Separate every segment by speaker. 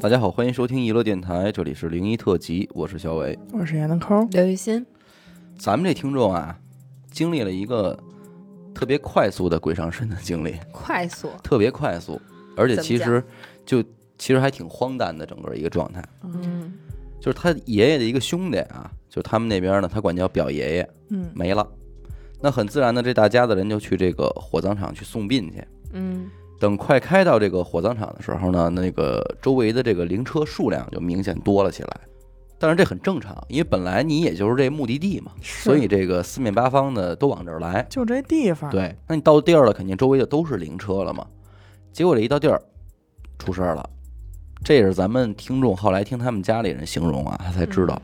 Speaker 1: 大家好，欢迎收听娱乐电台，这里是零一特辑，我是小伟。
Speaker 2: 我是闫德抠儿，
Speaker 3: 刘雨欣，
Speaker 1: 咱们这听众啊，经历了一个特别快速的鬼上身的经历，
Speaker 3: 快速，
Speaker 1: 特别快速，而且
Speaker 3: 怎么
Speaker 1: 其实就其实还挺荒诞的整个一个状态。
Speaker 3: 嗯，
Speaker 1: 就是他爷爷的一个兄弟啊，就是他们那边呢，他管叫表爷爷，
Speaker 2: 嗯，
Speaker 1: 没了。那很自然的，这大家子人就去这个火葬场去送殡去。
Speaker 3: 嗯，
Speaker 1: 等快开到这个火葬场的时候呢，那个周围的这个灵车数量就明显多了起来。但是这很正常，因为本来你也就是这目的地嘛，所以这个四面八方的都往这儿来。
Speaker 2: 就这地方，，
Speaker 1: 对，那你到地儿了，肯定周围就都是灵车了嘛。结果这一到地儿，出事儿了。这也是咱们听众后来听他们家里人形容啊，他才知道，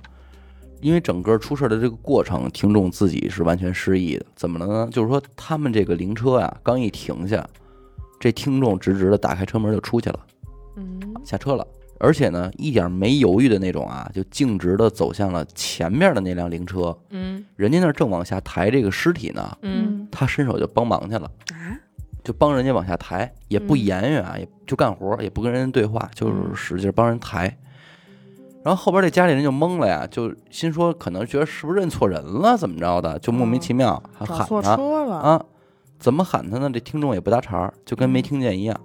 Speaker 1: 因为整个出事儿的这个过程，听众自己是完全失忆的。怎么了呢？就是说他们这个灵车啊，刚一停下，这听众直直的打开车门就出去了，
Speaker 3: 嗯，
Speaker 1: 下车了。而且呢，一点没犹豫的那种啊，就径直的走向了前面的那辆灵车。
Speaker 3: 嗯，
Speaker 1: 人家那儿正往下抬这个尸体呢，
Speaker 3: 嗯，，
Speaker 1: 他伸手就帮忙去了。
Speaker 3: 啊，
Speaker 1: 就帮人家往下抬，也
Speaker 2: 嗯
Speaker 1: 不言语啊，也就干活，也不跟人对话，就是使劲帮人抬。然后后边这家里人就懵了呀，就心说可能觉得是不是认错人了，怎么着的，就莫名其妙还
Speaker 2: 嗯找
Speaker 1: 喊
Speaker 2: 错
Speaker 1: 他
Speaker 2: 车了，
Speaker 1: 啊，怎么喊他呢？这听众也不搭茬儿，就
Speaker 2: 嗯
Speaker 1: 跟没听见一样。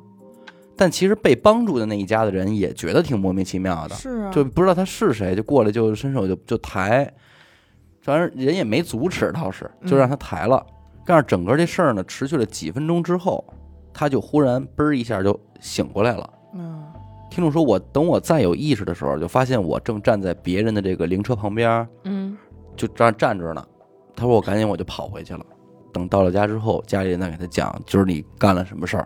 Speaker 1: 但其实被帮助的那一家的人也觉得挺莫名其妙的，
Speaker 2: 是啊，
Speaker 1: 就不知道他是谁，就过来就伸手就就抬，反正人也没阻止，倒是就让他抬了。但是整个这事儿呢，持续了几分钟之后，他就忽然嘣儿一下就醒过来了。
Speaker 2: 嗯，
Speaker 1: 听众说我等我再有意识的时候，就发现我正站在别人的这个灵车旁边，
Speaker 3: 嗯，
Speaker 1: 就这样站着呢。他说我赶紧我就跑回去了。等到了家之后，家里人再给他讲今儿你干了什么事儿，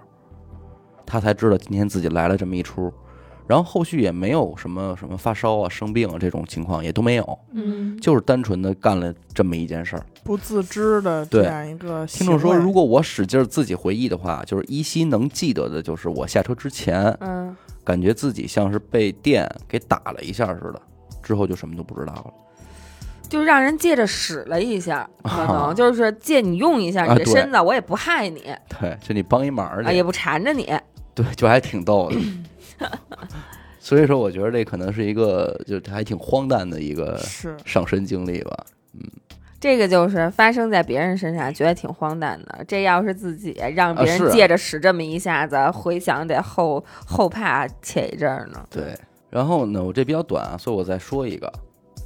Speaker 1: 他才知道今天自己来了这么一出。然后后续也没有什么什么发烧啊、生病啊这种情况也都没有，
Speaker 3: 嗯，
Speaker 1: 就是单纯的干了这么一件事儿。
Speaker 2: 不自知的
Speaker 1: 对
Speaker 2: 这样一个
Speaker 1: 听
Speaker 2: 行为，
Speaker 1: 众说，如果我使劲儿自己回忆的话，就是依稀能记得的，就是我下车之前
Speaker 3: 嗯，
Speaker 1: 感觉自己像是被电给打了一下似的，之后就什么都不知道了。
Speaker 3: 就让人借着使了一 下，可
Speaker 1: 啊
Speaker 3: 能就是借你用一下
Speaker 1: 啊
Speaker 3: 你这
Speaker 1: 对
Speaker 3: 身子，我也不害你，
Speaker 1: 对，就你帮一忙儿去
Speaker 3: 啊，也不缠着你，
Speaker 1: 对，就还挺逗的。所以说，我觉得这可能是一个，就是还挺荒诞的一个
Speaker 2: 是
Speaker 1: 上身经历吧。
Speaker 3: 这个就是发生在别人身上，觉得挺荒诞的。这要是自己让别
Speaker 1: 啊是
Speaker 3: 人
Speaker 1: 啊
Speaker 3: 借着使这么一下子，回想得后后怕且一阵儿呢。
Speaker 1: 对，然后呢，我这比较短啊，所以我再说一个。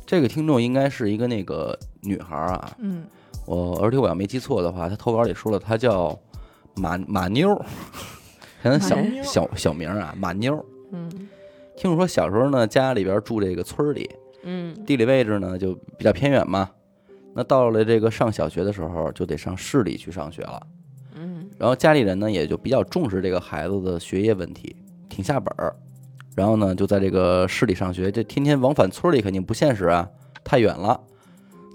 Speaker 1: 这个听众应该是一个那个女孩儿啊，
Speaker 2: 嗯，
Speaker 1: 我而且我要没记错的话，她投稿里说了，她叫马马妞儿，可能小
Speaker 3: 马
Speaker 2: 妞儿
Speaker 1: 小小名儿啊，马妞儿。
Speaker 3: 嗯
Speaker 1: 听说小时候呢，家里边住这个村儿里，
Speaker 3: 嗯
Speaker 1: 地理位置呢就比较偏远嘛。那到了这个上小学的时候，就得上市里去上学了。
Speaker 3: 嗯
Speaker 1: 然后家里人呢也就比较重视这个孩子的学业问题，挺下本儿。然后呢就在这个市里上学，这天天往返村里肯定不现实啊，太远了。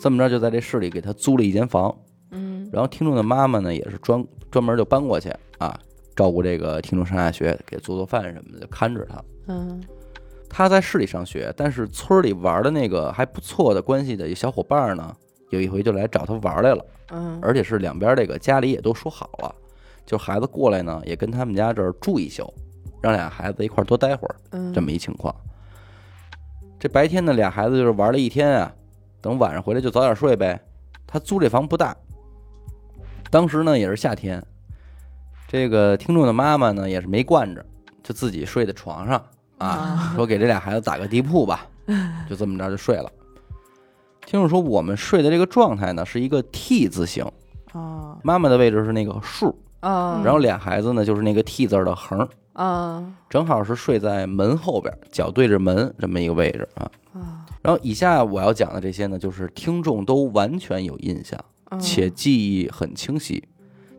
Speaker 1: 这么着就在这市里给他租了一间房。
Speaker 3: 嗯
Speaker 1: 然后听众的妈妈呢也是专专门就搬过去啊，照顾这个听众上下学，给做做饭什么的，就看着他。
Speaker 3: 嗯
Speaker 1: 他在市里上学，但是村里玩的那个还不错的关系的小伙伴呢，有一回就来找他玩来了。
Speaker 3: 嗯
Speaker 1: 而且是两边这个家里也都说好了，就孩子过来呢，也跟他们家这儿住一宿，让俩孩子一块儿多待会儿，
Speaker 3: 嗯，
Speaker 1: 这么一情况。这白天呢，俩孩子就是玩了一天啊，等晚上回来就早点睡呗。他租这房不大，当时呢也是夏天，这个听众的妈妈呢也是没惯着，就自己睡在床上啊，
Speaker 3: 啊
Speaker 1: 说给这俩孩子打个地铺吧，就这么着就睡了。听众说，我们睡的这个状态呢是一个 T 字形，
Speaker 2: 啊，
Speaker 1: 妈妈的位置是那个竖，
Speaker 3: 嗯，
Speaker 1: 然后俩孩子呢就是那个 T 字儿的横，
Speaker 3: 嗯
Speaker 1: 正好是睡在门后边，脚对着门这么一个位置啊。
Speaker 3: 啊，
Speaker 1: 然后以下我要讲的这些呢，就是听众都完全有印象，
Speaker 3: 嗯
Speaker 1: 且记忆很清晰，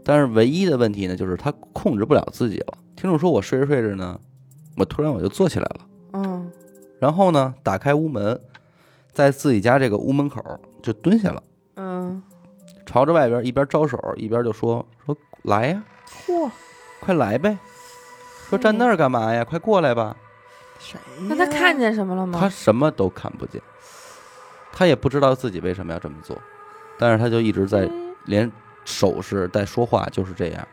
Speaker 1: 但是唯一的问题呢，就是他控制不了自己了。听众说我睡着睡着呢，我突然我就坐起来了，
Speaker 3: 嗯
Speaker 1: 然后呢打开屋门，在自己家这个屋门口就蹲下了，
Speaker 3: 嗯
Speaker 1: 朝着外边一边招手一边就说说来呀、
Speaker 2: 嚯，
Speaker 1: 快来呗！说站那儿干嘛呀？快过来吧！
Speaker 2: 谁呀？
Speaker 3: 那他看见什么了吗？
Speaker 1: 他什么都看不见，他也不知道自己为什么要这么做，但是他就一直在连手势带说话，就是这样。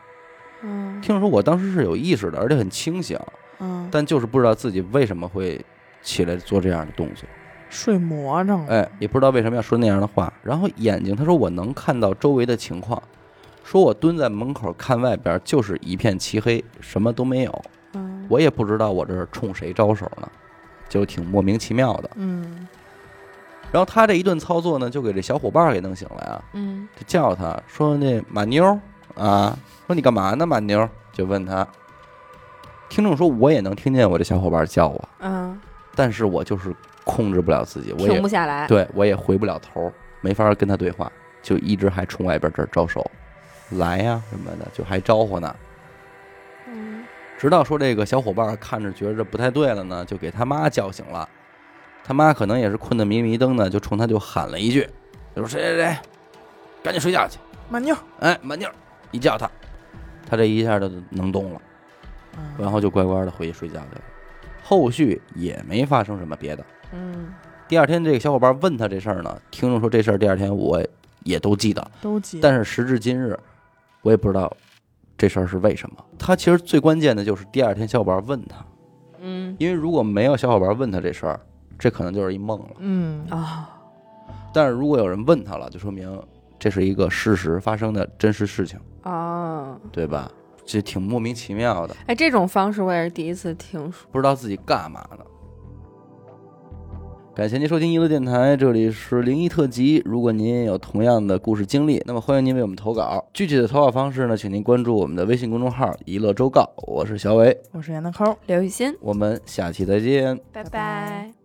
Speaker 3: 嗯
Speaker 1: 听说我当时是有意识的，而且很清醒，
Speaker 2: 嗯，
Speaker 1: 但就是不知道自己为什么会起来做这样的动作，
Speaker 2: 睡魔怔了，
Speaker 1: 哎，也不知道为什么要说那样的话。然后眼睛，他说我能看到周围的情况，说我蹲在门口看外边就是一片漆黑，什么都没有，
Speaker 2: 嗯
Speaker 1: 我也不知道我这是冲谁招手呢，就挺莫名其妙的。
Speaker 2: 嗯
Speaker 1: 然后他这一顿操作呢，就给这小伙伴儿给弄醒了啊，
Speaker 3: 嗯
Speaker 1: 就叫他说那马妞儿啊，说你干嘛呢，马妞儿？就问他。听众说我也能听见我这小伙伴儿叫我，
Speaker 3: 嗯，
Speaker 1: 但是我就是控制不了自己，我
Speaker 3: 停
Speaker 1: 也
Speaker 3: 不下来。
Speaker 1: 对我也回不了头儿，没法跟他对话，就一直还冲外边这儿招手，来呀、什么的，就还招呼呢。
Speaker 3: 嗯
Speaker 1: 直到说这个小伙伴儿看着觉着不太对了呢，就给他妈叫醒了。他妈可能也是困得迷迷瞪的，就冲他就喊了一句，就说谁谁谁，赶紧睡觉去。
Speaker 2: 马妞，
Speaker 1: 哎，马妞儿，一叫他，他这一下就能动了，
Speaker 2: 嗯
Speaker 1: 然后就乖乖的回去睡觉去了。后续也没发生什么别的。
Speaker 3: 嗯，
Speaker 1: 第二天，这个小伙伴问他这事儿呢，听众说这事儿第二天我也都记得，
Speaker 2: 嗯都急，
Speaker 1: 但是时至今日，我也不知道这事儿是为什么。他其实最关键的就是第二天小伙伴问他，
Speaker 3: 嗯
Speaker 1: 因为如果没有小伙伴问他这事儿，这可能就是一梦了。
Speaker 2: 嗯
Speaker 3: 啊，
Speaker 1: 但是如果有人问他了，就说明这是一个事实发生的真实事情，
Speaker 3: 哦，
Speaker 1: 对吧？这挺莫名其妙的，
Speaker 3: 哎，这种方式我也是第一次听说。
Speaker 1: 不知道自己干嘛呢。感谢您收听娱乐电台，这里是灵异特辑。如果您也有同样的故事经历，那么欢迎您为我们投稿。具体的投稿方式呢，请您关注我们的微信公众号“娱乐周告”，我是小伟，
Speaker 2: 我是闫德抠。
Speaker 3: 刘雨欣，
Speaker 1: 我们下期再见。
Speaker 3: 拜
Speaker 2: 拜拜